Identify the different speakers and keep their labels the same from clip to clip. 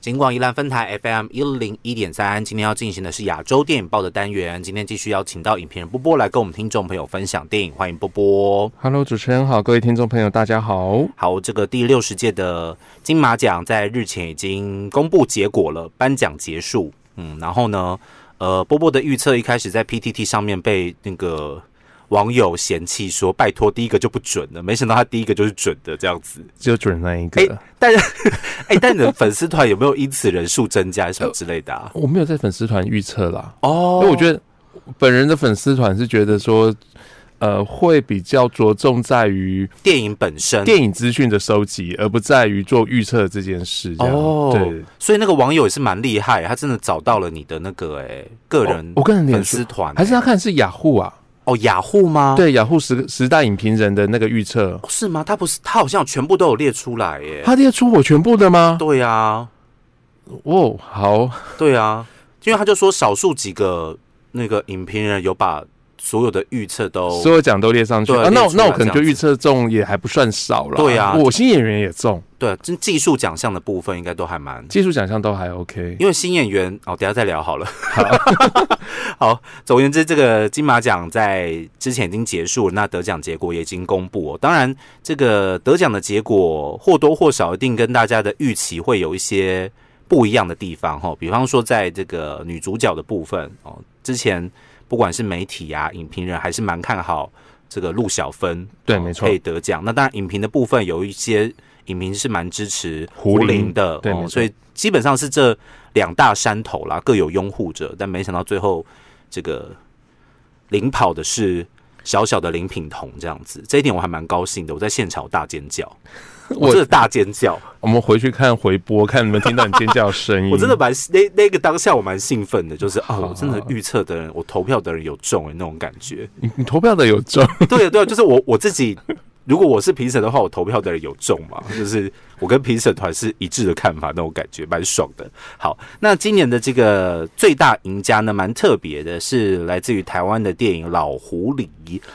Speaker 1: 金广宜兰分台 FM 一零一点三，今天要进行的是亚洲电影报的单元。今天继续邀请到影评人波波来跟我们听众朋友分享电影，欢迎波波。
Speaker 2: Hello，主持人好，各位听众朋友，大家好。
Speaker 1: 好，这个第六十届的金马奖在日前已经公布结果了，颁奖结束。嗯，然后呢，呃，波波的预测一开始在 PTT 上面被那个网友嫌弃说，拜托第一个就不准了，没想到他第一个就是准的这样子。
Speaker 2: 只有准那一个，
Speaker 1: 哎、但是，哎、但你的粉丝团有没有因此人数增加什么之类的啊？
Speaker 2: 我没有在粉丝团预测啦，
Speaker 1: 哦
Speaker 2: 因为我觉得本人的粉丝团是觉得说，呃，会比较着重在于
Speaker 1: 电影本身，
Speaker 2: 电影资讯的收集，而不在于做预测这件事。这样
Speaker 1: 哦
Speaker 2: 对。
Speaker 1: 所以那个网友也是蛮厉害，他真的找到了你的那个哎、个人
Speaker 2: 哦我个人脸
Speaker 1: 粉
Speaker 2: 书
Speaker 1: 丝团、
Speaker 2: 还是他看是雅虎啊？
Speaker 1: 哦雅虎吗？、
Speaker 2: 对，雅虎十十大影评人的那个预测，
Speaker 1: 哦，是吗？他不是他好像全部都有列出来耶、
Speaker 2: 他列出我全部的吗？
Speaker 1: 对啊，
Speaker 2: 哦，好，
Speaker 1: 对啊，因为他就说少数几个那个影评人有把所有的预测都
Speaker 2: 所有奖都列上去
Speaker 1: 对
Speaker 2: 啊。
Speaker 1: 列
Speaker 2: 那我
Speaker 1: 出来
Speaker 2: 那我可能
Speaker 1: 这
Speaker 2: 就
Speaker 1: 样子
Speaker 2: 预测中也还不算少了。
Speaker 1: 对啊
Speaker 2: 我新演员也中，
Speaker 1: 对，啊这技术奖项的部分应该都还蛮
Speaker 2: 技术奖项都还 OK。
Speaker 1: 因为新演员哦，等一下再聊好了。 好，总而言之，这个金马奖在之前已经结束了，那得奖结果也已经公布、哦。当然，这个得奖的结果或多或少一定跟大家的预期会有一些不一样的地方哈、哦。比方说，在这个女主角的部分哦，之前不管是媒体啊、影评人，还是蛮看好这个陆小芬，
Speaker 2: 对
Speaker 1: 哦
Speaker 2: 没错
Speaker 1: 可以得奖。那当然，影评的部分有一些影评是蛮支持
Speaker 2: 胡
Speaker 1: 胡
Speaker 2: 林
Speaker 1: 林的，
Speaker 2: 对没
Speaker 1: 哦，
Speaker 2: 错
Speaker 1: 所以基本上是这两大山头啦，各有拥护者，但没想到最后这个领跑的是小小的林品彤这样子，这一点我还蛮高兴的，我在现场大尖 叫，我
Speaker 2: 我
Speaker 1: 真的大尖叫，
Speaker 2: 我们回去看回播， 看你们听到你尖叫的声 音。
Speaker 1: 我真的蛮那那个当下我蛮兴奋的，就是啊，我真 的预测的人，我投票的人有中诶、那种感觉，
Speaker 2: 你，你投票的有中，
Speaker 1: 对对，就是我我自己。如果我是评审的话，我投票的人有中嘛？就是我跟评审团是一致的看法，那种感觉蛮爽的。好，那今年的这个最大赢家呢，蛮特别的，是来自于台湾的电影《老狐狸》。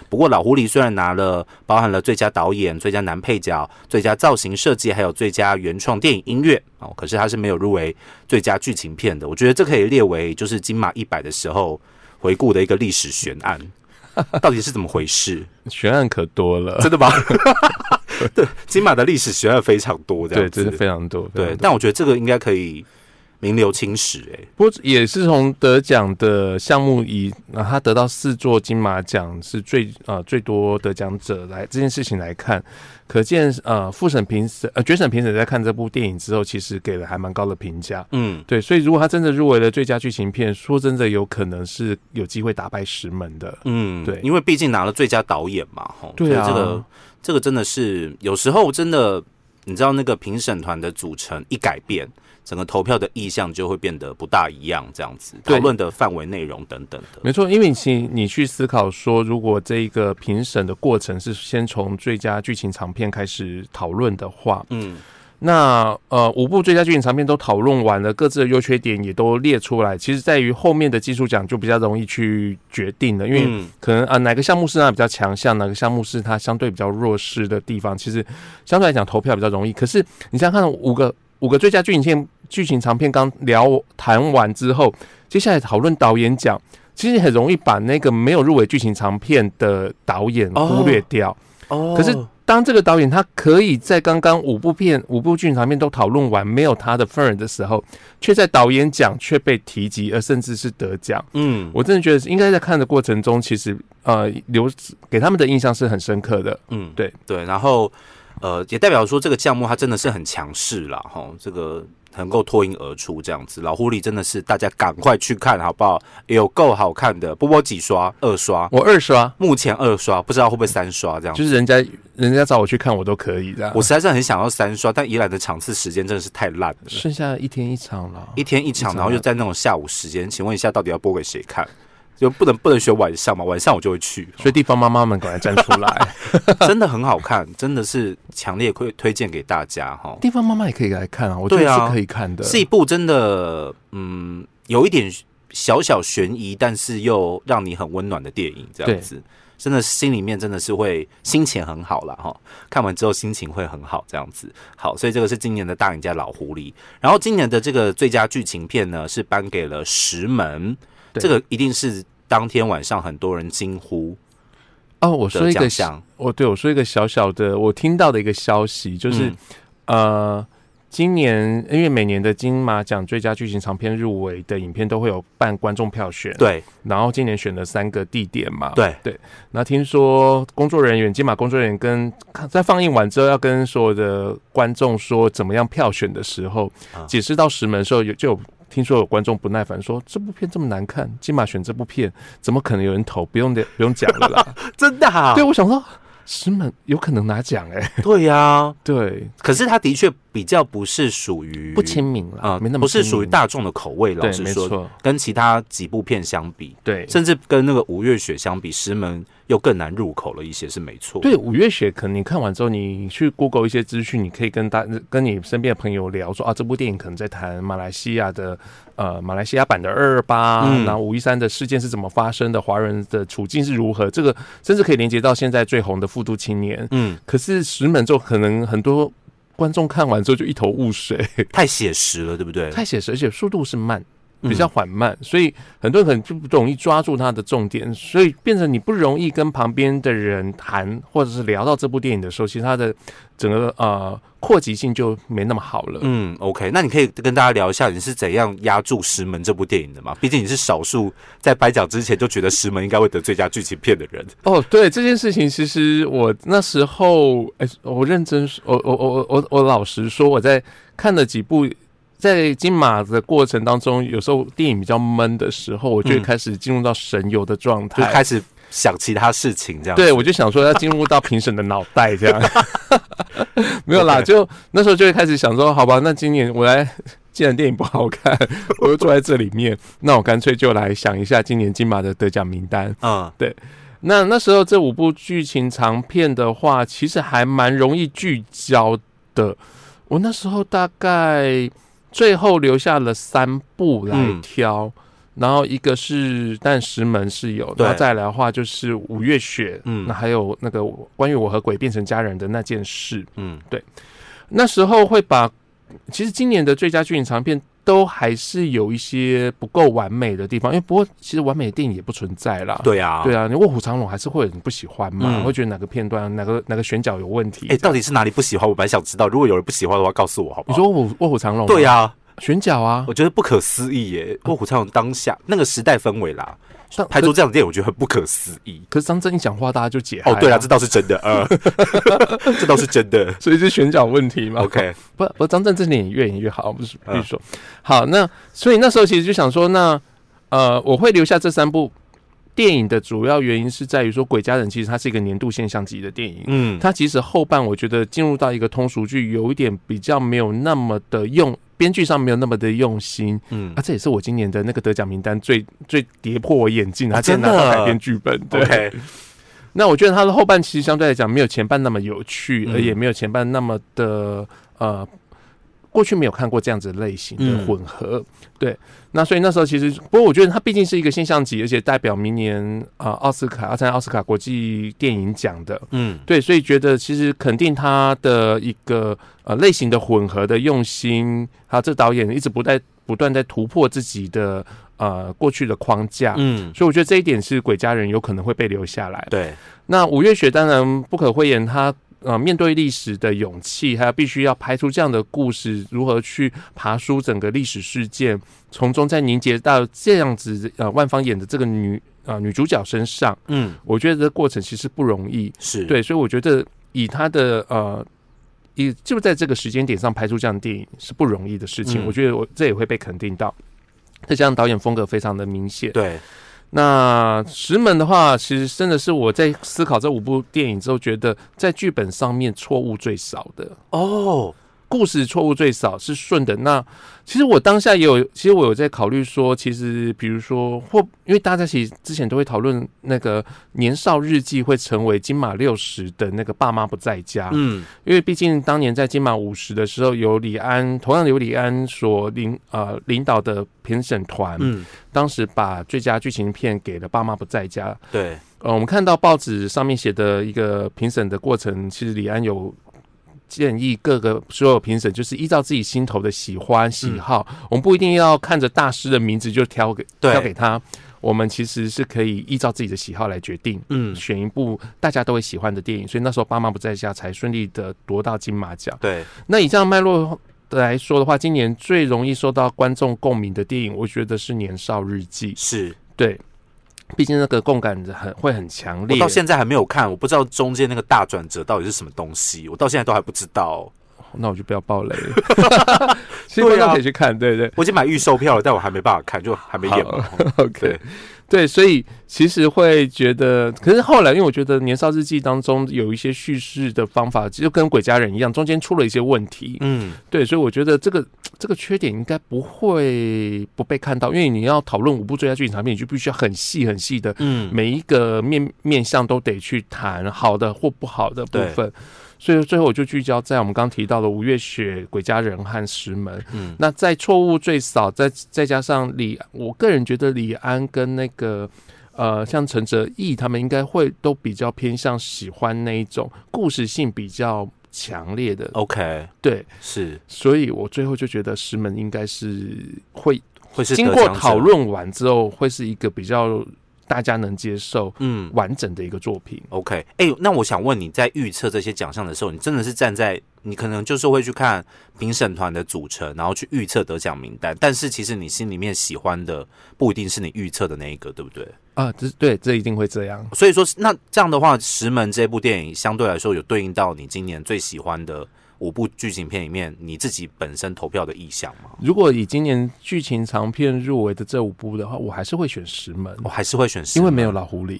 Speaker 1: 不过，《老狐狸》虽然拿了包含了最佳导演、最佳男配角、最佳造型设计，还有最佳原创电影音乐哦，可是它是没有入围最佳剧情片的。我觉得这可以列为就是金马一百的时候回顾的一个历史悬案，到底是怎么回事？
Speaker 2: 悬案可多了，
Speaker 1: 真的吗？ 对，金马的历史学案非常多，这
Speaker 2: 对，
Speaker 1: 样
Speaker 2: 真
Speaker 1: 子。
Speaker 2: 的非常多。非
Speaker 1: 对
Speaker 2: 常多
Speaker 1: 但我觉得这个应该可以名留青史、欸，
Speaker 2: 不过也是从得奖的项目以，啊、他得到四座金马奖是最呃最多得奖者来这件事情来看，可见呃复审评审呃决审评审在看这部电影之后，其实给了还蛮高的评价。
Speaker 1: 嗯，
Speaker 2: 对，所以如果他真的入围了最佳剧情片，说真的有可能是有机会打败石门的。
Speaker 1: 嗯，
Speaker 2: 对
Speaker 1: 因为毕竟拿了最佳导演嘛，吼，
Speaker 2: 对啊
Speaker 1: 所以这个这个真的是有时候真的，你知道那个评审团的组成一改变，整个投票的意向就会变得不大一样，这样子讨
Speaker 2: 对
Speaker 1: 论的范围内容等等的，
Speaker 2: 没错，因为你你去思考说，如果这一个评审的过程是先从最佳剧情长片开始讨论的话，
Speaker 1: 嗯，
Speaker 2: 那呃五部最佳剧情长片都讨论完了，各自的优缺点也都列出来，其实在于后面的技术奖就比较容易去决定了，因为
Speaker 1: 嗯
Speaker 2: 可能啊、哪个项目是它比较强项，哪个项目是它相对比较弱势的地方，其实相对来讲投票比较容易。可是你想想看，五个五个最佳剧情片剧情长片刚聊谈完之后，接下来讨论导演奖，其实很容易把那个没有入围剧情长片的导演
Speaker 1: 哦
Speaker 2: 忽略掉。
Speaker 1: 哦
Speaker 2: 可是当这个导演他可以在刚刚五部片五部剧情长片都讨论完没有他的份儿的时候，却在导演奖却被提及，而甚至是得奖。
Speaker 1: 嗯
Speaker 2: 我真的觉得应该在看的过程中，其实呃留给他们的印象是很深刻的。
Speaker 1: 嗯，
Speaker 2: 对
Speaker 1: 对，然后呃，也代表说这个项目它真的是很强势啦，哈，这个能够脱颖而出这样子。老狐狸真的是大家赶快去看好不好？有够好看的，波波几刷？二刷，
Speaker 2: 我二刷，
Speaker 1: 目前二刷，不知道会不会三刷这样子
Speaker 2: 就。是人家人家找我去看，我都可以这样。
Speaker 1: 我实在是很想要三刷，但宜兰的场次时间真的是太烂了，
Speaker 2: 剩下一天一场了，
Speaker 1: 一天一
Speaker 2: 一
Speaker 1: 场，
Speaker 2: 场
Speaker 1: 然后又在那种下午时间，请问一下，到底要播给谁看？就不能不能选晚上嘛？晚上我就会 去，
Speaker 2: 所以地方妈妈们赶快站出 来，
Speaker 1: 真的很好看，真的是强烈推推荐给大家哈。
Speaker 2: 地方妈妈也可以来看啊，我觉得
Speaker 1: 对啊
Speaker 2: 是可以看的。
Speaker 1: 是一部真的，嗯，有一点小小悬疑，但是又让你很温暖的电影，这样子。真的心里面真的是会心情很好啦。哈，看完之后心情会很好这样子。好，所以这个是今年的大赢家老狐狸。然后今年的这个最佳剧情片呢，是颁给了《石门》，
Speaker 2: 对
Speaker 1: 这个一定是当天晚上很多人惊呼
Speaker 2: 哦，我说
Speaker 1: 的
Speaker 2: 一个
Speaker 1: 奖项。
Speaker 2: 我对我说一个小小的，我听到的一个消息，就是、
Speaker 1: 嗯
Speaker 2: 呃，今年因为每年的金马奖最佳剧情长片入围的影片都会有办观众票选，，
Speaker 1: 对
Speaker 2: 然后今年选了三个地点嘛，。
Speaker 1: 对，
Speaker 2: 那听说工作人员金马工作人员跟在放映完之后要跟所有的观众说怎么样票选的时候，
Speaker 1: 啊
Speaker 2: 解释到石门的时候有就有。听说有观众不耐烦说：“这部片这么难看，金马选这部片，怎么可能有人投？不用的，不用讲了啦。”
Speaker 1: 真的、 啊
Speaker 2: 对，我想说石门有可能拿奖哎、
Speaker 1: 对呀、
Speaker 2: 对，
Speaker 1: 可是它的确比较不是属于
Speaker 2: 不亲民了
Speaker 1: 啊、
Speaker 2: 没那么
Speaker 1: 不是
Speaker 2: 亲
Speaker 1: 属于
Speaker 2: 民
Speaker 1: 大众的口味。老
Speaker 2: 对，
Speaker 1: 实
Speaker 2: 没
Speaker 1: 说，
Speaker 2: 错，
Speaker 1: 跟其他几部片相比，
Speaker 2: 对。
Speaker 1: 甚至跟那个吴月雪相比，石门又更难入口了一些，是没错。
Speaker 2: 对五月雪，可能你看完之后，你去 Google 一些资讯，你可以跟大跟你身边的朋友聊说啊，这部电影可能在谈马来西亚的呃马来西亚版的二二八，
Speaker 1: 嗯
Speaker 2: 然后五一三的事件是怎么发生的，华人的处境是如何，这个甚至可以连接到现在最红的《复读青年》。
Speaker 1: 嗯，
Speaker 2: 可是石门就可能很多观众看完之后就一头雾水，
Speaker 1: 太写实了，对不对？
Speaker 2: 太写实，而且速度是慢。比
Speaker 1: 嗯
Speaker 2: 较缓慢，所以很多人可能就不容易抓住它的重点，所以变成你不容易跟旁边的人谈或者是聊到这部电影的时候，其实它的整个呃扩及性就没那么好了。
Speaker 1: 嗯，OK，那你可以跟大家聊一下你是怎样压住《石门》这部电影的吗？毕竟你是少数在颁奖之前就觉得《石门》应该会得最佳剧情片的人。
Speaker 2: 哦，对这件事情，其实我那时候，哎、我认真说，我我我我我我老实说，我在看了几部。在金马的过程当中，有时候电影比较闷的时候，我就会
Speaker 1: 嗯
Speaker 2: 开始进入到神游的状
Speaker 1: 就
Speaker 2: 态，
Speaker 1: 开始想其他事情这样。
Speaker 2: 对，我就想说要进入到评审的脑袋这样，没有啦，
Speaker 1: OK
Speaker 2: 就那时候就会开始想说，好吧，那今年我来， 既然电影不好 看，我又坐在这里面，那我干脆就来想一下今年金马的得奖名单。
Speaker 1: 嗯，
Speaker 2: 那那时候这五部剧情长片的话，其实还蛮容易聚焦的。我那时候大概最后留下了三部来
Speaker 1: 嗯
Speaker 2: 挑，然后一个是《但石门》是有，
Speaker 1: 对
Speaker 2: 那再来的话就是五月雪，
Speaker 1: 嗯
Speaker 2: 那还有那个关于我和鬼变成家人的那件事，
Speaker 1: 嗯
Speaker 2: 那时候会把，其实今年的最佳剧情长片都还是有一些不够完美的地方，因为不过其实完美的电影也不存在啦，
Speaker 1: 对啊，
Speaker 2: 对啊，你《卧虎藏龙》还是会有人不喜欢嘛，
Speaker 1: 嗯
Speaker 2: 会觉得哪个片段、哪个哪个选角有问题。
Speaker 1: 哎、到底是哪里不喜欢？我蛮想知道。如果有人不喜欢的话，告诉我好不
Speaker 2: 你
Speaker 1: 好？
Speaker 2: 说卧《卧虎藏龙》
Speaker 1: 哦对、啊，
Speaker 2: 选角啊，
Speaker 1: 我觉得不可思议耶！《卧虎藏龙》当下那个时代氛围啦，
Speaker 2: 但
Speaker 1: 拍
Speaker 2: 可
Speaker 1: 出这样的电影，我觉得很不可思议。
Speaker 2: 可是张真一讲话，大家就解嗨
Speaker 1: 哦，对啊，这倒是真的，呃， 这倒是真的。
Speaker 2: 所以是选角问题嘛。
Speaker 1: OK，
Speaker 2: 不不，张震这点越演越好，不是
Speaker 1: 嗯
Speaker 2: 必须说、好。那所以那时候其实就想说，那呃，我会留下这三部电影的主要原因是在于说，《鬼家人》其实它是一个年度现象级的电影。
Speaker 1: 嗯，
Speaker 2: 它其实后半我觉得进入到一个通俗剧，有一点比较没有那么的用，编剧上没有那么的用心。
Speaker 1: 嗯
Speaker 2: 啊，这也是我今年的那个得奖名单最最跌破我眼镜，他竟然
Speaker 1: 哦真
Speaker 2: 拿
Speaker 1: 的
Speaker 2: 到改编剧本。对
Speaker 1: ，OK，
Speaker 2: 那我觉得他的后半期相对来讲没有前半那么有趣，
Speaker 1: 嗯
Speaker 2: 而也没有前半那么的呃，过去没有看过这样子类型的
Speaker 1: 嗯
Speaker 2: 混合。对，那所以那时候其实，不过我觉得它毕竟是一个现象级，而且代表明年啊奥斯卡要参加奥斯卡国际电影奖的。
Speaker 1: 嗯
Speaker 2: 对，所以觉得其实肯定他的一个呃类型的混合的用心，他这导演一直不在不断在突破自己的呃过去的框架，
Speaker 1: 嗯，
Speaker 2: 所以我觉得这一点是鬼家人有可能会被留下来。
Speaker 1: 对，
Speaker 2: 那五月雪当然不可讳言，他呃面对历史的勇气，还有必须要拍出这样的故事，如何去爬梳整个历史事件，从中再凝结到这样子呃万方演的这个女呃女主角身上，
Speaker 1: 嗯
Speaker 2: 我觉得这个过程其实不容易。
Speaker 1: 是，，
Speaker 2: 对，所以我觉得以他的呃，以就在这个时间点上拍出这样的电影是不容易的事情。
Speaker 1: 嗯
Speaker 2: 我觉得我这也会被肯定到。再加上导演风格非常的明显。
Speaker 1: 对，
Speaker 2: 那《石门》的话，其实真的是我在思考这五部电影之后，觉得在剧本上面错误最少的。
Speaker 1: 哦，
Speaker 2: 故事错误最少，是顺的。那其实我当下也有，其实我有在考虑说，其实比如说或因为大家其实之前都会讨论那个年少日记会成为金马六十的那个爸妈不在家，
Speaker 1: 嗯，
Speaker 2: 因为毕竟当年在金马五十的时候，由李安同样由李安所领呃领导的评审团，
Speaker 1: 嗯，
Speaker 2: 当时把最佳剧情片给了《爸妈不在家》。
Speaker 1: 对，
Speaker 2: 呃，我们看到报纸上面写的一个评审的过程，其实李安有建议各个所有评审，就是依照自己心头的喜欢
Speaker 1: 嗯
Speaker 2: 喜好，我们不一定要看着大师的名字就挑给
Speaker 1: 对
Speaker 2: 挑给他，我们其实是可以依照自己的喜好来决定。
Speaker 1: 嗯，
Speaker 2: 选一部大家都会喜欢的电影，所以那时候爸妈不在家才顺利的夺到金马奖。
Speaker 1: 对，
Speaker 2: 那以这样脉络来说的话，今年最容易受到观众共鸣的电影，我觉得是《年少日记》。
Speaker 1: 是
Speaker 2: 对，毕竟那个共感很会很强
Speaker 1: 我
Speaker 2: 烈
Speaker 1: 到。现在还没有看，我不知道中间那个大转折到底是什么东西，我到现在都还不知道。
Speaker 2: 那我就不要爆雷了， 其实观
Speaker 1: 啊
Speaker 2: 众可以去看，对对
Speaker 1: 我已经买预售票了，但我还没办法看，就还没演嘛。
Speaker 2: ，OK，对，所以其实会觉得，可是后来因为我觉得《年少日记》当中有一些叙事的方法，就跟《鬼家人》一样，中间出了一些问题，
Speaker 1: 嗯，
Speaker 2: 对，所以我觉得这个这个缺点应该不会不被看到，因为你要讨论五部最佳剧情长片，你就必须要很细很细的，
Speaker 1: 嗯，
Speaker 2: 每一个面面向都得去谈好的或不好的部分。所以最后我就聚焦在我们刚提到的《五月雪》《鬼家人》和《石门》。
Speaker 1: 嗯
Speaker 2: 那在错误最少，再再加上李，我个人觉得李安跟那个呃，像陈哲艺他们应该会都比较偏向喜欢那一种故事性比较强烈
Speaker 1: 哦
Speaker 2: 的，
Speaker 1: ，OK，
Speaker 2: 对。
Speaker 1: 是
Speaker 2: 所以我最后就觉得石门应该是会
Speaker 1: 会是
Speaker 2: 经
Speaker 1: 得
Speaker 2: 过
Speaker 1: 奖者
Speaker 2: 讨，论完之后，会是一个比较大家能接受
Speaker 1: 嗯。
Speaker 2: 完整的一个作品。
Speaker 1: OK，哎、那我想问你在预测这些奖项的时候，你真的是站在你可能就是会去看评审团的组成，然后去预测得奖名单，但是其实你心里面喜欢的不一定是你预测的那一个，对不对？
Speaker 2: 啊，这对这一定会这样。
Speaker 1: 所以说，那这样的话，《石门》这部电影相对来说有对应到你今年最喜欢的五部剧情片里面，你自己本身投票的意向吗？
Speaker 2: 如果以今年剧情长片入围的这五部的话，我还是会选《石门
Speaker 1: 我》，还是会哦选石
Speaker 2: 因
Speaker 1: 门，
Speaker 2: 为没有老狐狸。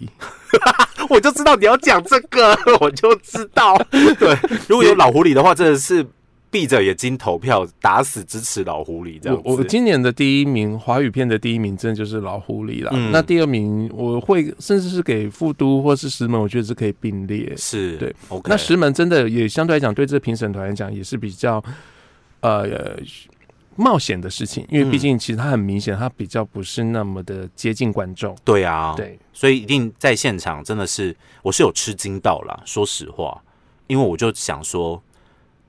Speaker 1: 我就知道你要讲这个， 我就知道。 对，如果有老狐狸的话，真的是闭着眼睛投票，打死支持老狐狸这样
Speaker 2: 我
Speaker 1: 子。
Speaker 2: 我今年的第一名，华语片的第一名，真的就是老狐狸啦。
Speaker 1: 嗯
Speaker 2: 那第二名，我会甚至是给《复都》或是《石门》，我觉得是可以并列。
Speaker 1: 是
Speaker 2: 对
Speaker 1: ，OK，
Speaker 2: 那石门真的也相对来讲，对这评审团来讲也是比较呃冒险的事情，因为
Speaker 1: 嗯
Speaker 2: 毕竟其实它很明显，它比较不是那么的接近观众。
Speaker 1: 对啊，，
Speaker 2: 对，
Speaker 1: 所以一定在现场真的是我是有吃惊到啦，说实话，因为我就想说，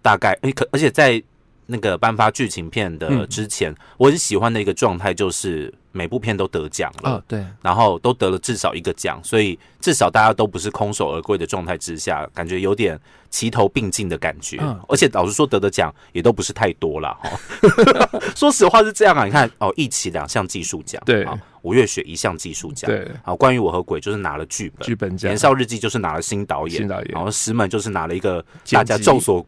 Speaker 1: 大概诶可而且在那个颁发剧情片的
Speaker 2: 嗯
Speaker 1: 之前，我很喜欢的一个状态就是每部片都得奖了，
Speaker 2: 哦，对，
Speaker 1: 然后都得了至少一个奖，所以至少大家都不是空手而归的状态之下，感觉有点齐头并进的感觉。
Speaker 2: 嗯
Speaker 1: 而且老实说，得的奖也都不是太多啦。哈。 说实话是这样啊，你看哦，一起两项技术奖，
Speaker 2: 对
Speaker 1: 啊五月雪一项技术奖，
Speaker 2: 对，
Speaker 1: 好，关于我和鬼就是拿了剧本，
Speaker 2: 剧本奖
Speaker 1: 年少日记就是拿了新导演，
Speaker 2: 新导演
Speaker 1: 然后石门就是拿了一个
Speaker 2: 剪
Speaker 1: 大家
Speaker 2: 辑
Speaker 1: 众所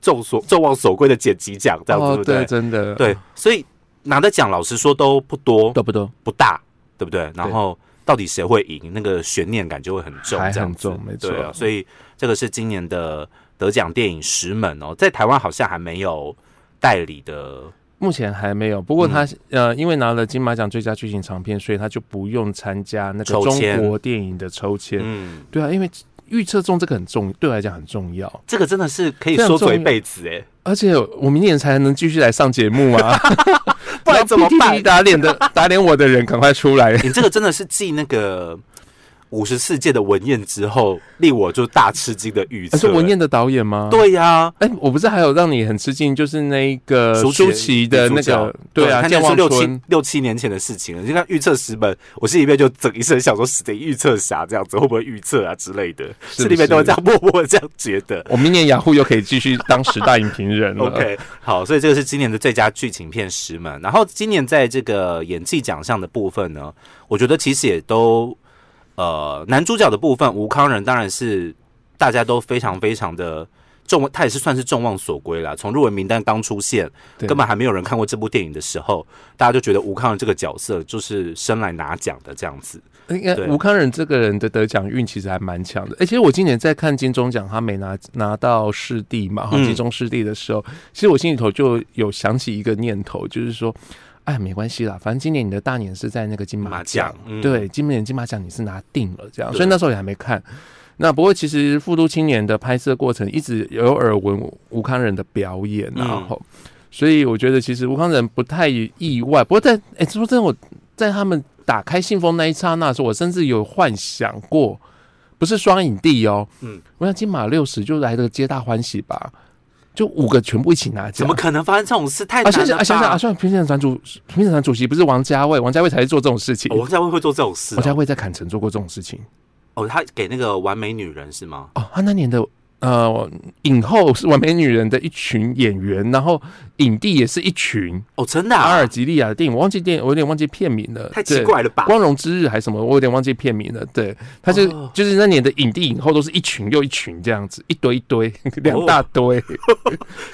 Speaker 1: 众所众望所归的剪辑奖，这样子、
Speaker 2: 哦
Speaker 1: 对不
Speaker 2: 对，
Speaker 1: 对？
Speaker 2: 真的
Speaker 1: 对，所以拿的奖老实说都不多，
Speaker 2: 多不多？
Speaker 1: 不大，对不对？然后到底谁会赢，那个悬念感就会很重，
Speaker 2: 还
Speaker 1: 这样
Speaker 2: 很
Speaker 1: 子
Speaker 2: 重，没错
Speaker 1: 对啊，所以这个是今年的得奖电影《石门》哦，在台湾好像还没有代理的，
Speaker 2: 目前还没有，不过他、
Speaker 1: 嗯
Speaker 2: 呃，因为拿了金马奖最佳剧情长片，所以他就不用参加那个
Speaker 1: 抽
Speaker 2: 中
Speaker 1: 签
Speaker 2: 国电影的抽签。
Speaker 1: 嗯，
Speaker 2: 对啊，因为预测中这个很重，对我来讲很重要。
Speaker 1: 这个真的是可以
Speaker 2: 这样
Speaker 1: 说
Speaker 2: 重
Speaker 1: 嘴
Speaker 2: 要
Speaker 1: 辈子哎，
Speaker 2: 而且我明年才能继续来上节目啊，
Speaker 1: 不然怎么办
Speaker 2: PTT 打脸的打脸我的人，赶快出来！
Speaker 1: 你这个真的是继那个五十四届的文彦之后，令我就大吃惊的预
Speaker 2: 啊是
Speaker 1: 测。欸
Speaker 2: 文彦的导演吗？。
Speaker 1: 对呀、
Speaker 2: 哎、我不是还有让你很吃惊，就是那个
Speaker 1: 苏
Speaker 2: 舒
Speaker 1: 淇
Speaker 2: 淇的
Speaker 1: 呃
Speaker 2: 那
Speaker 1: 女主角
Speaker 2: 个，对啊，
Speaker 1: 他
Speaker 2: 健
Speaker 1: 那是
Speaker 2: 忘
Speaker 1: 六七
Speaker 2: 村，
Speaker 1: 六七年前的事情了。你看预测十本，我心里面就整一声想说，死的预测啥这样子，会不会预测啊之类的，
Speaker 2: 是不是
Speaker 1: 心里面都会这样 默默地这样觉得。
Speaker 2: 我明年雅虎又可以继续当十大影评人了。
Speaker 1: OK，好，所以这个是今年的最佳剧情片《石门》。然后今年在这个演技奖项的部分呢，我觉得其实也都，呃，男主角的部分，吴康仁当然是大家都非常非常的众他也是算是众望所归啦。从入围名单刚出现，
Speaker 2: 对
Speaker 1: 根本还没有人看过这部电影的时候，大家就觉得吴康仁这个角色就是生来拿奖的这样子。
Speaker 2: 应该
Speaker 1: 对
Speaker 2: 吴康仁这个人的得奖运其实还蛮强的。哎、其实我今年在看金钟奖，他没拿拿到视帝嘛，哈，
Speaker 1: 嗯
Speaker 2: 金钟视帝的时候，其实我心里头就有想起一个念头，就是说，哎，没关系啦，反正今年你的大年是在那个金马
Speaker 1: 马
Speaker 2: 奖
Speaker 1: 奖，嗯
Speaker 2: 对，今年金马奖你是拿定了这样，
Speaker 1: 对
Speaker 2: 所以那时候也还没看。那不过，其实《复读青年》的拍摄过程一直有耳闻吴康仁的表演，
Speaker 1: 嗯
Speaker 2: 然后，所以我觉得其实吴康仁不太意外。不过在，哎，说真的，我在他们打开信封那一刹那的时候，我甚至有幻想过，不是双影帝哦，
Speaker 1: 嗯
Speaker 2: 嗯，我想金马六十就来个皆大欢喜吧，就五个全部一起拿
Speaker 1: 怎
Speaker 2: 奖
Speaker 1: 么。可能发生这种事？太
Speaker 2: 啊！
Speaker 1: 难
Speaker 2: 想
Speaker 1: 了吧！
Speaker 2: 想啊，想想啊，算评审团主评审团主席不是王家卫，王家卫才是做这种事情
Speaker 1: 哦。王家卫会做这种事
Speaker 2: 王家
Speaker 1: 哦？
Speaker 2: 卫在坎城做过这种事情
Speaker 1: 哦，他给那个完美女人是吗？
Speaker 2: 哦。他那年的呃影后是完美女人的一群演员，然后影帝也是一群。
Speaker 1: 哦，真的、
Speaker 2: 阿
Speaker 1: 啊
Speaker 2: 尔？及利亚的电影，我忘记电影，我有点忘记片名了。
Speaker 1: 太奇
Speaker 2: 对
Speaker 1: 怪了吧！
Speaker 2: 光荣之日还是什么，我有点忘记片名了。对，他就、
Speaker 1: 哦
Speaker 2: 就是那年的影帝影后都是一群又一群这样子，一堆一堆，两大 堆。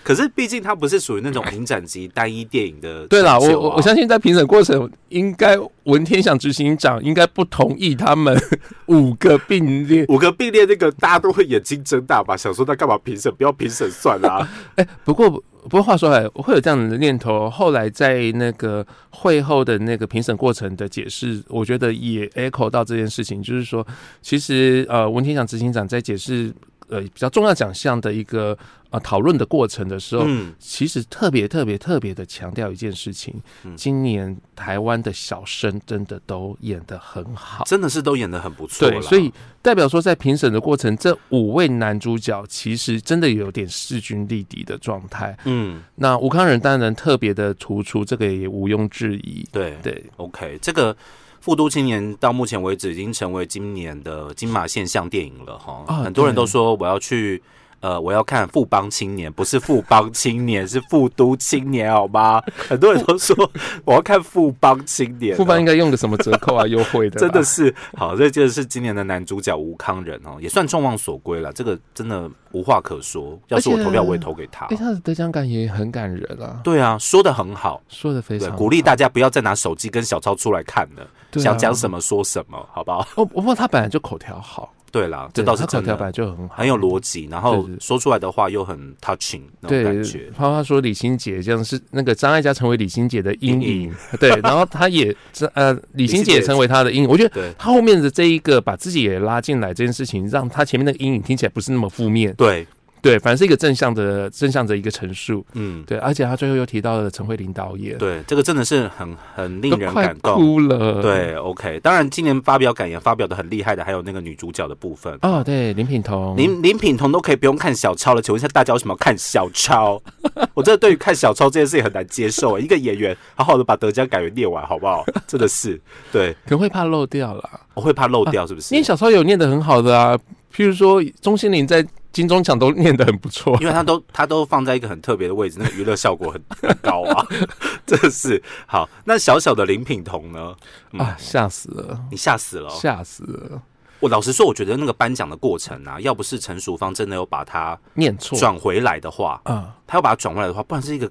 Speaker 1: 可是毕竟它不是属于那种影展级单一电影的、啊
Speaker 2: 对啦，我我我。相信在评审过程，应该文天祥执行长应该不同意他们 五个并列。
Speaker 1: 五个并列那个，大家都会眼睛睁大吧，想说那干嘛评审？不要评审算啊啦、
Speaker 2: 哎、不过不过话说回来，我会有这样的念头。后来在那个会后的那个评审过程的解释，我觉得也 echo 到这件事情，就是说，其实呃，文天祥执行长在解释呃比较重要奖项的一个呃讨论的过程的时候。
Speaker 1: 嗯，
Speaker 2: 其实特别特别特别的强调一件事情，
Speaker 1: 嗯
Speaker 2: 今年台湾的小生真的都演得很好，
Speaker 1: 真的是都演的很不错
Speaker 2: 对，
Speaker 1: 啦
Speaker 2: 所以代表说在评审的过程，这五位男主角其实真的有点势均力敌的状态。
Speaker 1: 嗯，
Speaker 2: 那吴康仁当然特别的突出，这个也毋庸置疑。
Speaker 1: 对
Speaker 2: 对，
Speaker 1: OK，这个《复都青年》到目前为止已经成为今年的金马现象电影了哈、
Speaker 2: 啊
Speaker 1: 很多人
Speaker 2: 对
Speaker 1: 都说我要去，呃，我要看《富邦青年》，不是《富邦青年》，是《富都青年》，好吗？很多人都说我要看《富邦青年》，哦
Speaker 2: 副班应该用个什么折扣啊、优惠的吧？
Speaker 1: 真的是好，这就是今年的男主角吴康仁哦，也算众望所归了。这个真的无话可说，要是我
Speaker 2: 而且
Speaker 1: 投票，我也投给他
Speaker 2: 哎、。他的得奖感也很感人啊，
Speaker 1: 对啊，说的很好，
Speaker 2: 说的非
Speaker 1: 对，
Speaker 2: 常好
Speaker 1: 鼓励大家不要再拿手机跟小抄出来看了，
Speaker 2: 对啊
Speaker 1: 想讲什么说什么，好不好？
Speaker 2: 哦，不过他本来就口条好，
Speaker 1: 对啦，这
Speaker 2: 对
Speaker 1: 倒是
Speaker 2: 他口
Speaker 1: 真
Speaker 2: 条本
Speaker 1: 的，
Speaker 2: 来就很好，
Speaker 1: 很有逻辑，然后
Speaker 2: 对对
Speaker 1: 说出来的话又很 touching 那种
Speaker 2: 对
Speaker 1: 感觉，。
Speaker 2: 他他说李心洁这样是那个张艾嘉成为李心洁的阴
Speaker 1: 阴
Speaker 2: 影，对，然后他也呃李心
Speaker 1: 心洁
Speaker 2: 洁也成为他的阴影。我觉得
Speaker 1: 对
Speaker 2: 他后面的这一个把自己也拉进来这件事情，让他前面那个阴影听起来不是那么负面，
Speaker 1: 对，
Speaker 2: 对，反而是一个正向的正向的一个陈述。
Speaker 1: 嗯，
Speaker 2: 对，而且他最后又提到了陈慧琳导演，
Speaker 1: 对，这个真的是很很令
Speaker 2: 都
Speaker 1: 人
Speaker 2: 快
Speaker 1: 感动。
Speaker 2: 哭了。，
Speaker 1: 对，OK，当然今年发表感言发表的很厉害的，还有那个女主角的部分。
Speaker 2: 哦，对，林品彤，
Speaker 1: 林林品彤都可以不用看小抄了，请问一下大家为什么要看小抄？ 我真的对于看小抄这件事情很难接受、一个演员好好的把得奖感言念完好不好？真的是，对，
Speaker 2: 可能会怕漏掉啦。
Speaker 1: 我会怕漏掉是不是？
Speaker 2: 念小时候有念得很好的啊，譬如说钟欣凌在金钟奖都念得很不错。
Speaker 1: 因为它都它都放在一个很特别的位置，那个娱乐效果很很高啊， 真的是好。那小小的林品彤呢？嗯
Speaker 2: 啊，吓死了，
Speaker 1: 你吓死了哦、
Speaker 2: 吓死了，
Speaker 1: 我老实说，我觉得那个颁奖的过程啊，要不是陈淑芳真的有把它
Speaker 2: 念错
Speaker 1: 转回来的话，
Speaker 2: 啊！
Speaker 1: 他要把它转回来的话，不然是一个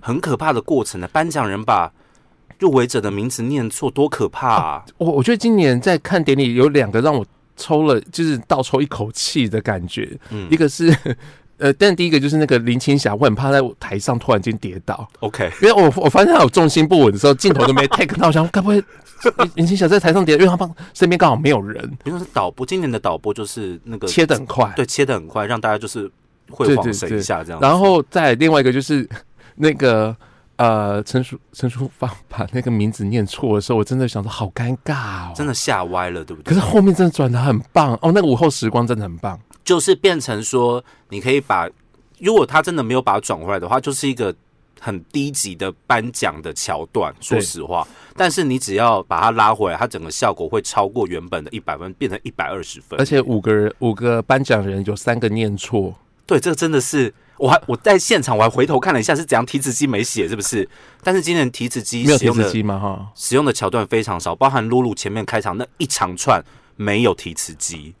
Speaker 1: 很可怕的过程呢。颁奖人把入围者的名字念错，多可怕啊！
Speaker 2: 我我觉得今年在看典礼有两个让我抽了，就是倒抽一口气的感觉。
Speaker 1: 嗯
Speaker 2: 一个是 呃，但第一个就是那个林青霞，我很怕在台上突然间跌倒，
Speaker 1: OK，
Speaker 2: 因为我我发现她有重心不稳的时候，镜头都没 take 到，我想该不会林林青霞在台上跌，因为她帮身边刚好没有人，
Speaker 1: 比如说是导播，今年的导播就是那个
Speaker 2: 切得很快。
Speaker 1: 对切的很快，让大家就是会
Speaker 2: 对
Speaker 1: 晃
Speaker 2: 对
Speaker 1: 神
Speaker 2: 对
Speaker 1: 一下这样子。
Speaker 2: 然后再另外一个就是那个呃，陈淑陈淑芳 把那个名字念错的时候，我真的想说好尴尬哦，
Speaker 1: 真的吓歪了，对不对？
Speaker 2: 可是后面真的转的很棒哦，那个午后时光真的很棒。
Speaker 1: 就是变成说，你可以把，如果他真的没有把它转回来的话，就是一个很低级的颁奖的桥段。说
Speaker 2: 对
Speaker 1: 实话，但是你只要把它拉回来，它整个效果会超过原本的一百分，变成一百二十分
Speaker 2: 而。且五个人五个颁奖人有三个念错，
Speaker 1: 对，这个真的是。我还我在现场，我还回头看了一下是怎样提词机没写，是不是？但是今年提词机
Speaker 2: 没有
Speaker 1: 使
Speaker 2: 提
Speaker 1: 用
Speaker 2: 词
Speaker 1: 的
Speaker 2: 机嘛哈？
Speaker 1: 使用的桥段非常少，包含露露前面开场那一长串没有提词机，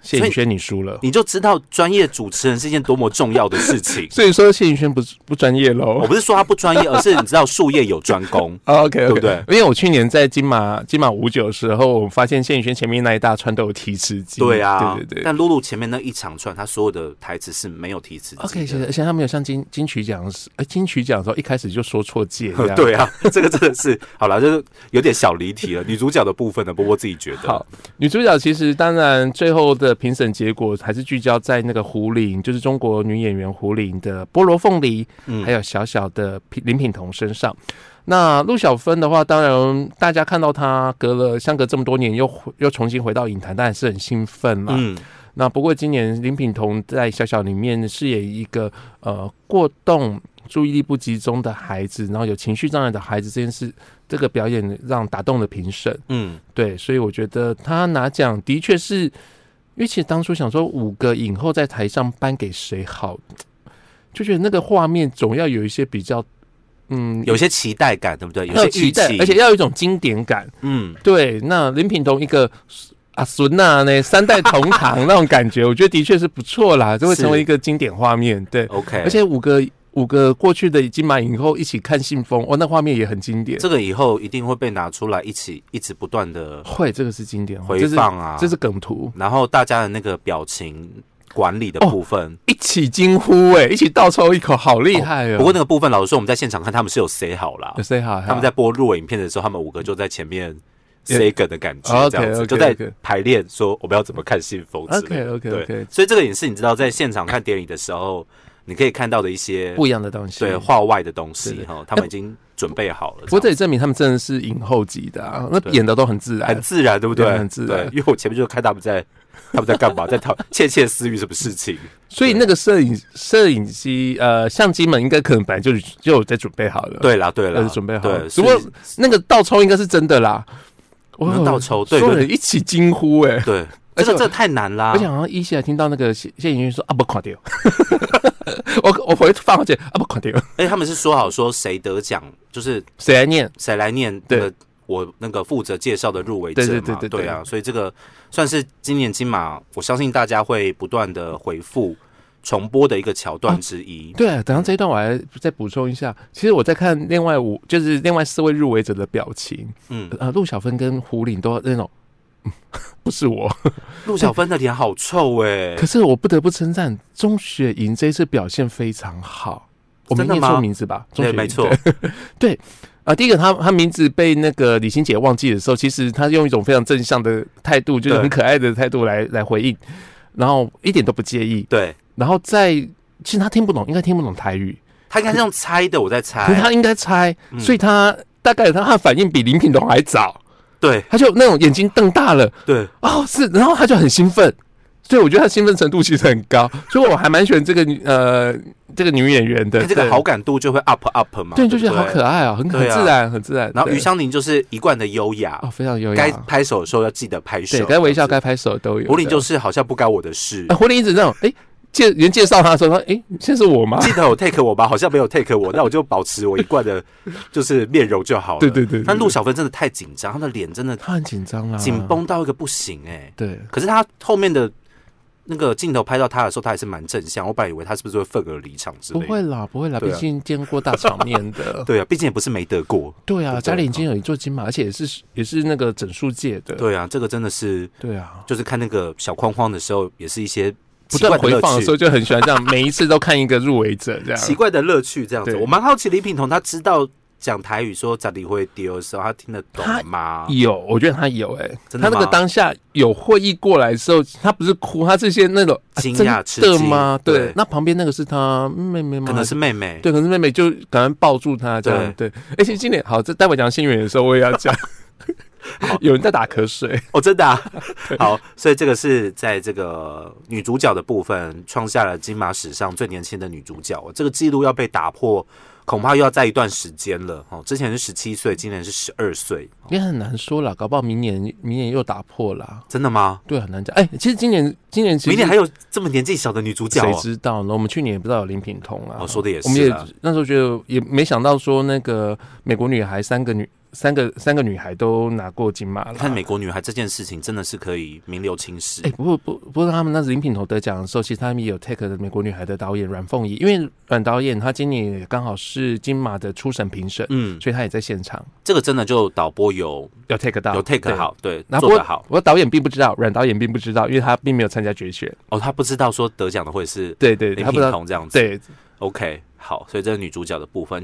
Speaker 2: 谢
Speaker 1: 所
Speaker 2: 颖
Speaker 1: 以
Speaker 2: 轩你输了，。
Speaker 1: 你就知道专业主持人是一件多么重要的事情
Speaker 2: 所以说谢颖轩不不专业
Speaker 1: 我
Speaker 2: 喽。
Speaker 1: 不是说他不专业，而是你知道术业有专
Speaker 2: 嗯
Speaker 1: 攻。
Speaker 2: OK
Speaker 1: 对不
Speaker 2: OK，
Speaker 1: 对
Speaker 2: 哦因为我去年在金马金马五九的时候，我发现谢颖轩前面那一大串都有提词机，
Speaker 1: 对啊，
Speaker 2: 对对对。
Speaker 1: 但露露前面那一长串，她所有的台词是没有提词机
Speaker 2: OK，
Speaker 1: 的。
Speaker 2: 而且他没有像金金曲奖时，哎，金曲奖的时候一开始就说错界这 样。
Speaker 1: 对啊，这个真的是好了，就是有点小离题了。女主角的部分呢，不过我自己觉得，
Speaker 2: 好，女主角其实当然最后的评审结果还是聚焦在那个胡玲，就是中国女演员胡玲的菠萝凤梨，
Speaker 1: 嗯
Speaker 2: 还有小小的品林品彤身上。那陆小芬的话，当然大家看到她隔了相隔这么多年又回又重新回到影坛，当然是很兴奋啦。
Speaker 1: 嗯，
Speaker 2: 那不过今年林品彤在《小小》里面饰演一个呃过动、注意力不集中的孩子，然后有情绪障碍的孩子这件事，这个表演让打动了评审。
Speaker 1: 嗯，
Speaker 2: 对，所以我觉得他拿奖的确是，因为其实当初想说五个影后在台上颁给谁好，就觉得那个画面总要有一些比较，嗯，
Speaker 1: 有些期待感，对不对？有
Speaker 2: 要
Speaker 1: 些
Speaker 2: 有呃期
Speaker 1: 预
Speaker 2: 待
Speaker 1: 期，，
Speaker 2: 而且要有一种经典感。
Speaker 1: 嗯，
Speaker 2: 对，那林品彤一个阿孙呐呢，三代同堂那种感觉，我觉得的确是不错啦，就会成为一个经典画面。对，
Speaker 1: 嗯，OK，
Speaker 2: 而且五个五个过去的金马影后一起看信封，哦，那画面也很经典。
Speaker 1: 这个以后一定会被拿出来，一起一直不断的
Speaker 2: 会，这个是经典，
Speaker 1: 回
Speaker 2: 这是
Speaker 1: 放啊，
Speaker 2: 这是梗图，
Speaker 1: 然后大家的那个表情管理的
Speaker 2: 哦
Speaker 1: 部分。
Speaker 2: 一起惊呼哎、一起倒抽一口，好厉害哦！
Speaker 1: 不过那个部分，老实说，我们在现场看他们是有 say 好啦
Speaker 2: 有，谁好？
Speaker 1: 他们在播入尾影片的时候，他们五个就在前面 say 梗的感觉，
Speaker 2: 嗯哦 OK，
Speaker 1: 这样子
Speaker 2: OK，
Speaker 1: 就在
Speaker 2: OK
Speaker 1: 排练说我们要怎么看信封之类
Speaker 2: OK
Speaker 1: 的。
Speaker 2: OK
Speaker 1: 对，
Speaker 2: OK，
Speaker 1: 所以这个也是你知道在现场看电影的时候，你可以看到的一些
Speaker 2: 不一样的东西。
Speaker 1: 对话外的东
Speaker 2: 对
Speaker 1: 西
Speaker 2: 对
Speaker 1: 哈，他们已经准备好了。
Speaker 2: 不过
Speaker 1: 这
Speaker 2: 这
Speaker 1: 样
Speaker 2: 也证明他们真的是影后级的啊，那
Speaker 1: 对
Speaker 2: 演的都很自然
Speaker 1: 很。自然，对不对？
Speaker 2: 对很自然
Speaker 1: 对因为我前面就看他们在他们在干嘛，在讨窃窃私语什么事情。
Speaker 2: 所以那个摄影摄影机呃相机们应该可能本来就就有在准备好了，，
Speaker 1: 对啦，对啦
Speaker 2: 呃，准备好了。
Speaker 1: 对，
Speaker 2: 只不过
Speaker 1: 是
Speaker 2: 那个倒抽应该是真的啦，我
Speaker 1: 那倒抽对
Speaker 2: 所有
Speaker 1: 对啊
Speaker 2: 人一起惊呼哎、
Speaker 1: 对，
Speaker 2: 而
Speaker 1: 这
Speaker 2: 且
Speaker 1: 个
Speaker 2: 我
Speaker 1: 这个太难啦
Speaker 2: 而且。好像依稀还听到那个谢谢颖轩说啊不垮掉， 我我回放回去啊不垮掉，
Speaker 1: 而且哎他们是说好说谁得奖，就是
Speaker 2: 谁来念？
Speaker 1: 谁来念那
Speaker 2: 对
Speaker 1: 个我那个负责介绍的入围者嘛，
Speaker 2: 对对对对
Speaker 1: 对啊，所以这个算是今年金马，我相信大家会不断的回复重播的一个桥段之一。
Speaker 2: 对，啊等到这一段我还再补充一下。其实我在看另外五，就是另外四位入围者的表情，
Speaker 1: 嗯，
Speaker 2: 呃，陆小芬跟胡岭都那种， 嗯不是我。
Speaker 1: 陆小芬的脸好臭哎、
Speaker 2: 可是我不得不称赞钟雪莹这一次表现非常好。我没
Speaker 1: 真的
Speaker 2: 念
Speaker 1: 吗
Speaker 2: 错名字吧？钟
Speaker 1: 对，
Speaker 2: 雪莹
Speaker 1: 没错
Speaker 2: 对，啊、第一个她她名字被那个李心姐忘记的时候，其实她用一种非常正向的态度，就是
Speaker 1: 对
Speaker 2: 很可爱的态度来来回应，然后一点都不介意。
Speaker 1: 对
Speaker 2: 然后在其实她听不懂，应该听不懂台语，
Speaker 1: 他应该是用猜的，我在
Speaker 2: 可是
Speaker 1: 猜。
Speaker 2: 他应该猜，
Speaker 1: 哎嗯
Speaker 2: 所以他大概他的反应比林品彤还早，
Speaker 1: 对
Speaker 2: 他就那种眼睛瞪大了，
Speaker 1: 对，
Speaker 2: 哦是，然后他就很兴奋，所以我觉得他兴奋程度其实很高，所以我还蛮喜欢这个女呃这个女演员的，
Speaker 1: 他哎这个
Speaker 2: 对
Speaker 1: 好，感度就会 up up 嘛，
Speaker 2: 对，
Speaker 1: 对，
Speaker 2: 就觉得好可
Speaker 1: 爱。
Speaker 2: 爱啊，很很
Speaker 1: 对啊
Speaker 2: 自然，很自然。
Speaker 1: 然后
Speaker 2: 对
Speaker 1: 于香凝就是一贯的优雅，
Speaker 2: 哦非常优
Speaker 1: 该
Speaker 2: 雅，
Speaker 1: 拍手的时候要记得拍手，
Speaker 2: 对，该微笑
Speaker 1: 这样
Speaker 2: 该拍手都
Speaker 1: 子。
Speaker 2: 有。，
Speaker 1: 胡林就是是好像不干我的事
Speaker 2: 啊，，胡林一直那种哎。介人介绍他的时候，说：“哎、现在是 我吗
Speaker 1: 记得有 take 我吧？好像没有 take 我，那我就保持我一贯的，就是面容就好？”了。
Speaker 2: 对对对，对
Speaker 1: 但陆小芬真的太紧张，她的脸真的
Speaker 2: 他很紧张啊，
Speaker 1: 紧。绷到一个不行哎、
Speaker 2: 对，
Speaker 1: 可是她后面的那个镜头拍到她的时候，她还是蛮正向。我本来以为她是不是会愤而离场之
Speaker 2: 不
Speaker 1: 类的。
Speaker 2: 会啦，不会啦，
Speaker 1: 对
Speaker 2: 毕
Speaker 1: 啊
Speaker 2: 竟见过大场面 的。
Speaker 1: 对啊，毕竟也不是没得过。
Speaker 2: 对啊，
Speaker 1: 对
Speaker 2: 家里已经有一座金马，而且也是也是那个整数界的。
Speaker 1: 对啊，这个真的是，
Speaker 2: 对啊，
Speaker 1: 就是看那个小框框的时候，也是一些
Speaker 2: 不
Speaker 1: 奇怪
Speaker 2: 断
Speaker 1: 的
Speaker 2: 回放
Speaker 1: 乐
Speaker 2: 的时候
Speaker 1: 趣。
Speaker 2: 就很喜欢这样，每一次都看一个入围者这
Speaker 1: 奇
Speaker 2: 样。
Speaker 1: 怪的乐趣这样子，
Speaker 2: 对
Speaker 1: 我蛮好奇李品彤她知道讲台语说“咋地会丢”的时候，她听得懂
Speaker 2: 她
Speaker 1: 吗？
Speaker 2: 有，我觉得他有哎、
Speaker 1: 啊真
Speaker 2: 他
Speaker 1: 的
Speaker 2: 那个
Speaker 1: 吗
Speaker 2: 当下有会意过来的时候，他不是哭，他这些那种、啊
Speaker 1: 惊
Speaker 2: 真
Speaker 1: 讶吃
Speaker 2: 的
Speaker 1: 惊
Speaker 2: 吗？
Speaker 1: 对
Speaker 2: 对，那旁边那个是他嗯妹妹吗？
Speaker 1: 可能是妹妹。
Speaker 2: 对，可能是妹妹就赶快抱住他这样。对，而且、其实今年好，这待会讲新演员的时候我也要 讲， 有人在打瞌睡。
Speaker 1: 哦，真的、啊， 好，所以这个是在这个女主角的部分创下了金马史上最年轻的女主角哦，这个记录要被打破，恐怕又要在一段时间了哦。之前是十七岁，今年是十二岁，哦
Speaker 2: 也很难说了，搞不好明年明年又打破啦。
Speaker 1: 真的吗？
Speaker 2: 对，很难讲。哎、其实今年今年其实
Speaker 1: 明年还有这么年纪小的女主角、
Speaker 2: 谁
Speaker 1: 哦？
Speaker 2: 知道呢？我们去年也不知道有林品彤啊。
Speaker 1: 哦，说的也
Speaker 2: 我们也
Speaker 1: 是啊，
Speaker 2: 那时候觉得也没想到说那个美国女孩三个女三个三个女孩都拿过金马了。
Speaker 1: 看美国女孩这件事情真的是可以名留青史
Speaker 2: 哎、。不过不不过他们那林品头得奖的时候，其实他们也有 take 的美国女孩的导演阮凤仪，因为阮导演她今年也刚好是金马的初审评审，
Speaker 1: 嗯，
Speaker 2: 所以她也在现场
Speaker 1: 这个真的就导播有
Speaker 2: 有 take 到
Speaker 1: 有 take
Speaker 2: 对。
Speaker 1: 好，对，
Speaker 2: 然后
Speaker 1: 做
Speaker 2: 不
Speaker 1: 得
Speaker 2: 过
Speaker 1: 好。
Speaker 2: 我导演并不知道，阮导演并不知道，因为他并没有参加决选。
Speaker 1: 哦，他不知道说得奖的会是
Speaker 2: 对对，
Speaker 1: 林
Speaker 2: 他不
Speaker 1: 品
Speaker 2: 知道。
Speaker 1: 彤这样子。
Speaker 2: 对，
Speaker 1: ，OK，好，所以这是女主角的部分。